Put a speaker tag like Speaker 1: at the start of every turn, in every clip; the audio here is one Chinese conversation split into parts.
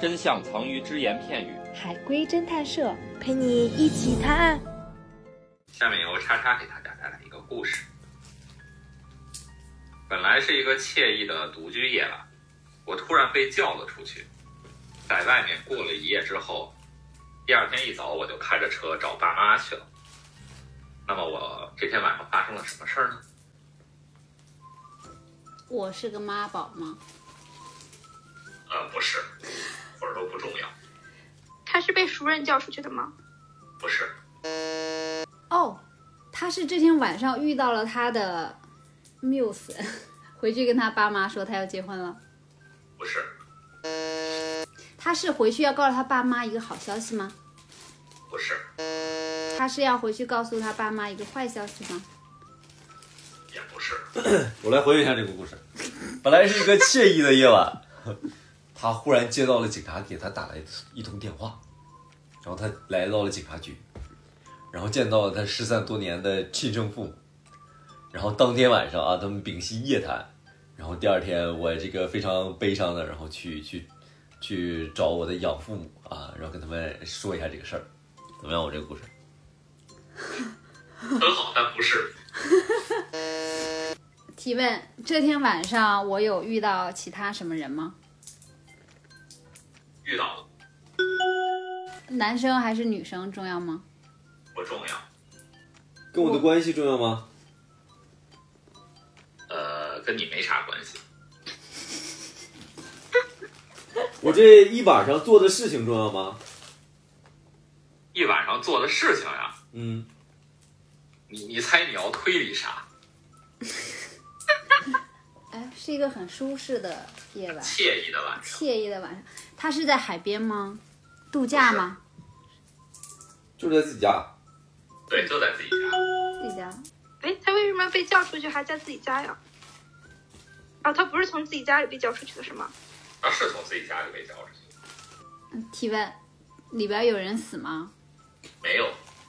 Speaker 1: 真相藏于只言片语。
Speaker 2: 海龟侦探社陪你一起探案。
Speaker 3: 下面由叉叉给大家带来一个故事。本来是一个惬意的独居夜晚，我突然被叫了出去，在外面过了一夜之后，第二天一早我就开着车找爸妈去了。那么我这天晚上发生了什么事儿呢？
Speaker 4: 我是个妈宝吗？
Speaker 3: 呃，不是，或者说不重要，
Speaker 5: 他是被熟人叫出去的吗？
Speaker 3: 不是，
Speaker 4: 哦，他是这天晚上遇到了他的 muse，回 去跟他爸妈说他要结婚了。
Speaker 3: 不是，
Speaker 4: 他是回去要告诉他爸妈一个好消息吗？
Speaker 3: 不是，
Speaker 4: 他是要回去告诉他爸妈一个坏消息吗？
Speaker 3: 也不是，
Speaker 6: 我来回忆一下这个故事。本来是一个惬意的夜晚， 他忽然接到了警察给他打来一通电话，然后他来到了警察局，然后见到了他失散多年的亲生父母，然后当天晚上啊，他们屏息夜谈，然后第二天我这个非常悲伤的，然后去去去找我的养父母啊，然后跟他们说一下这个事儿，怎么样？我这个故事
Speaker 3: 很好，但不是。
Speaker 4: 提问：这天晚上我有遇到其他什么人吗？
Speaker 3: 遇到了
Speaker 4: 男生还是女生重要吗？
Speaker 3: 不重要，
Speaker 6: 跟我的关系重要吗？
Speaker 3: 呃，跟你没啥关系，
Speaker 6: 我这一晚上做的事情重要吗？
Speaker 3: 一晚上做的事情呀，
Speaker 6: 嗯，
Speaker 3: 你你猜你要推理啥？
Speaker 4: 哎，是一个很舒适的夜晚，
Speaker 3: 惬意的晚上，
Speaker 4: 惬意的晚上。他是在海边吗？度假吗？
Speaker 6: 就是在自己家。
Speaker 3: 对，就在自己家。
Speaker 4: 自己家。
Speaker 5: 哎，他为什么被叫出去还在自己家呀？啊，他不是从自己家里被叫出去的是吗？
Speaker 3: 他是从自己家里被叫出去，
Speaker 4: 嗯提问：里边有人死吗？
Speaker 3: 没有。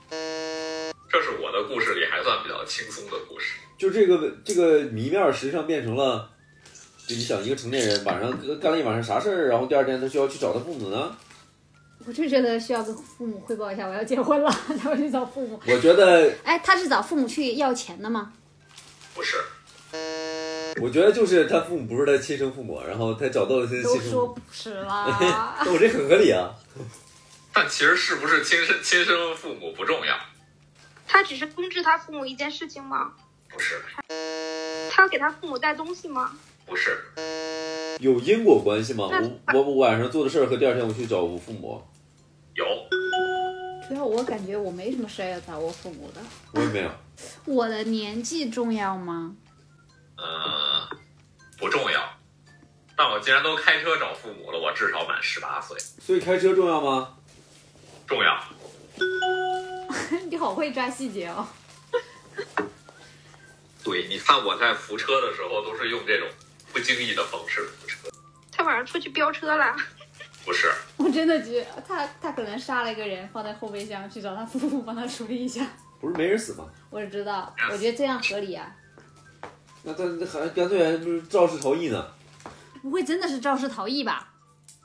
Speaker 3: 这是我的故事里还算比较轻松的故事。
Speaker 6: 就这个这个谜面，实际上变成了，就你想一个成年人晚上干了一晚上啥事儿，然后第二天他需要去找他父母呢？
Speaker 4: 我就觉得需要跟父母汇报一下，我要结婚了， 他要去找父母。
Speaker 6: 我觉得，
Speaker 4: 哎，他是找父母去要钱的吗？
Speaker 3: 不是，
Speaker 6: 我觉得就是他父母不是他亲生父母，然后他找到了他 的
Speaker 4: 都
Speaker 6: 亲生父
Speaker 4: 说
Speaker 6: 母，
Speaker 4: 不是 啦。
Speaker 6: 那我这很合理啊。
Speaker 3: 但其实是不是亲生亲生父母不重要，
Speaker 5: 他只是通知他父母一件事情吗？
Speaker 3: 不是，
Speaker 5: 他给他父母带东西吗？
Speaker 3: 不是，
Speaker 6: 有因果关系吗？我我我晚上做的事儿和第二天我去找我父母，
Speaker 3: 有
Speaker 4: 主啊要我感觉我没什么事儿要找我父母的。
Speaker 6: 我也没有。
Speaker 4: 我的年纪重要吗？
Speaker 3: 呃，不重要。但我既然都开车找父母了，我至少满十八岁，
Speaker 6: 所以开车重要吗？
Speaker 3: 重要。
Speaker 4: 你好会抓细节哦。
Speaker 3: 对，你看我在扶车的时候都是用这种不经意的方式扶车，
Speaker 5: 他晚上出去飙车了，
Speaker 3: 不是，
Speaker 4: 我真的觉得他他可能杀了一个人，放在后备箱去找他父母帮他处理一下。
Speaker 6: 不是没人死吗？
Speaker 4: 我知道，我觉得这样合理啊。
Speaker 6: 那他那还干脆还不是肇事逃逸呢？
Speaker 4: 不会真的是肇事逃逸吧？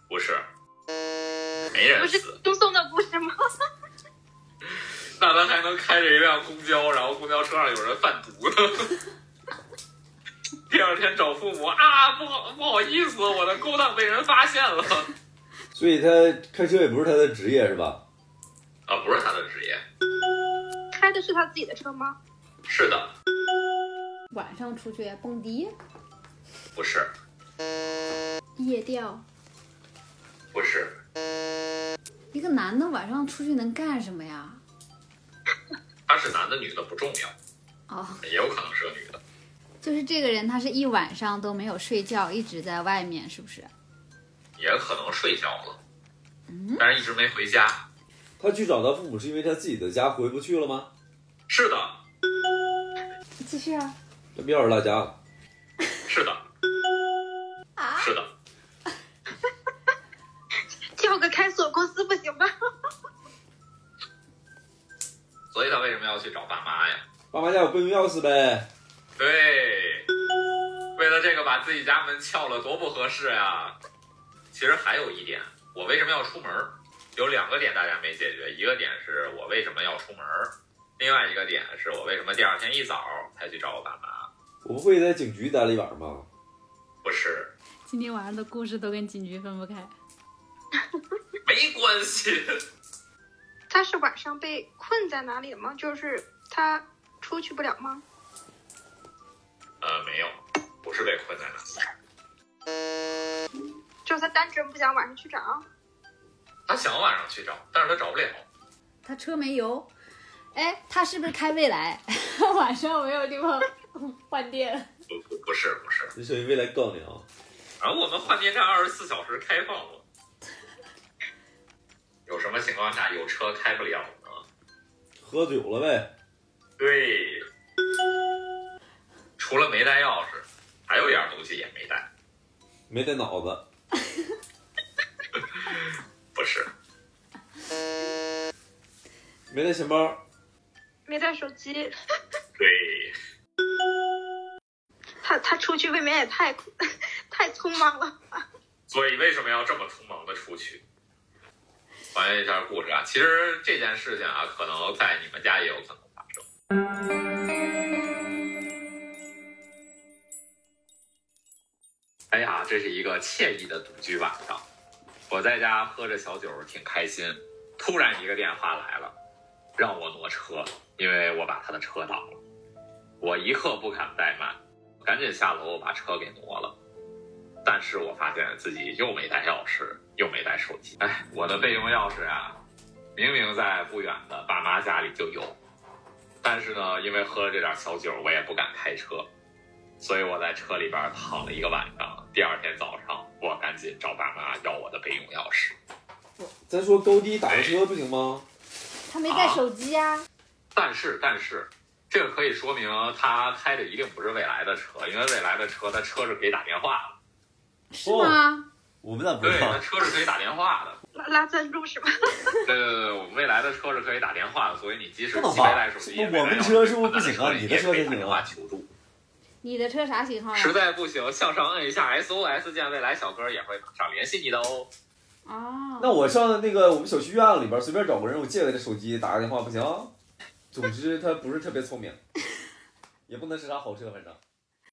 Speaker 3: 不是，没人
Speaker 5: 不是
Speaker 3: 死。
Speaker 5: 轻松的故事吗？
Speaker 3: 那他还能开着一辆公交，然后公交车上有人贩毒呢？ 第二天找父母啊，不好不好意思，我的勾当被人发现了。
Speaker 6: 所以他开车也不是他的职业是吧？
Speaker 3: 啊，不是他的职业，
Speaker 5: 开的是他自己的车吗？
Speaker 3: 是的，
Speaker 4: 晚上出去蹦迪、
Speaker 3: 不是，
Speaker 4: 夜钓，
Speaker 3: 不是，
Speaker 4: 一个男的晚上出去能干什么呀？
Speaker 3: 他是男的女的不重要，
Speaker 4: 哦，
Speaker 3: 也有可能是个女的，
Speaker 4: 就是这个人，他是一晚上都没有睡觉，一直在外面，是不是？
Speaker 3: 也可能睡觉了，但是一直没回家。
Speaker 6: 他去找他父母是因为他自己的家回不去了吗？
Speaker 3: 是的，
Speaker 4: 继续啊，
Speaker 6: 这不钥匙落家了。
Speaker 3: 是的，是的，
Speaker 5: 叫个开锁公司不行吗？
Speaker 3: 所以他为什么要去找爸妈呀？
Speaker 6: 爸妈家有备用钥匙呗。
Speaker 3: 对，为了这个把自己家门撬了，多不合适呀！其实还有一点，我为什么要出门儿？有两个点大家没解决，一个点是我为什么要出门儿，另外一个点是我为什么第二天一早才去找我爸妈。
Speaker 6: 我不会在警局待了一晚上吧？
Speaker 3: 不是，
Speaker 4: 今天晚上的故事都跟警局分不开。
Speaker 3: 没关系。
Speaker 5: 他是晚上被困在哪里了吗？就是他出去不了吗？
Speaker 3: 呃，没有，不是被困在那儿，
Speaker 5: 就是他单纯不想晚上去找。
Speaker 3: 他想晚上去找，但是他找不了。
Speaker 4: 他车没油，哎，他是不是开未来？ 晚上没有地方换电。
Speaker 3: 不不不是不是，
Speaker 6: 这属于未来杠铃。
Speaker 3: 而我们换电站二十四小时开放了。有什么情况下有车开不了呢？
Speaker 6: 喝酒了呗？
Speaker 3: 对，除了没带钥匙，还有一样东西也没带，
Speaker 6: 没带脑子。
Speaker 3: 不是，
Speaker 6: 没带钱包，
Speaker 5: 没带手机，
Speaker 3: 对，
Speaker 5: 他他出去未免也太 太匆忙了。
Speaker 3: 所以为什么要这么匆忙的出去？还原一下故事啊，其实这件事情啊，可能在你们家也有可能发生。哎呀，这是一个惬意的独居晚上，我在家喝着小酒儿挺开心，突然一个电话来了，让我挪车，因为我把他的车挡了。我一刻不敢怠慢，赶紧下楼把车给挪了。但是我发现自己又没带钥匙，又没带手机。哎，我的备用钥匙啊，明明在不远的爸妈家里就有，但是呢，因为喝了这点小酒，我也不敢开车，所以我在车里边躺了一个晚上。第二天早上，我赶紧找爸妈要我的备用钥匙。
Speaker 6: 咱说高低打个车不行吗？
Speaker 4: 他没带手机呀、
Speaker 3: 但是，但是，这个可以说明他开的一定不是未来的车，因为未来的车，它车是可以打电话
Speaker 4: 是吗？
Speaker 6: 我们咋
Speaker 3: 的。
Speaker 6: 不
Speaker 3: 对，
Speaker 6: 知
Speaker 3: 它
Speaker 6: 道？
Speaker 3: 车是可以打电话的。
Speaker 5: 拉拉赞助是吧？
Speaker 3: 对对对，我们未来的车是可以打电话的，所以你即使
Speaker 6: 不能
Speaker 3: 既没
Speaker 6: 吧
Speaker 3: 带手机，
Speaker 6: 我
Speaker 3: 也没带
Speaker 6: 们
Speaker 3: 钥匙
Speaker 6: 车是不是不行啊
Speaker 3: 你
Speaker 6: 你的
Speaker 3: 也
Speaker 6: 车
Speaker 3: 可以
Speaker 6: 才
Speaker 3: 打
Speaker 6: 行
Speaker 3: 电
Speaker 6: 啊
Speaker 3: 话求助。
Speaker 4: 你的车啥型号
Speaker 3: 实
Speaker 4: 啊？
Speaker 3: 在不行，向上摁一下 SOS 键，未来小哥也会马上联系你的哦。
Speaker 4: 哦，
Speaker 6: 那我上那个我们小区院子里边随便找个人，我借他的手机打个电话不行？总之他不是特别聪明，也不能是啥好车，反正。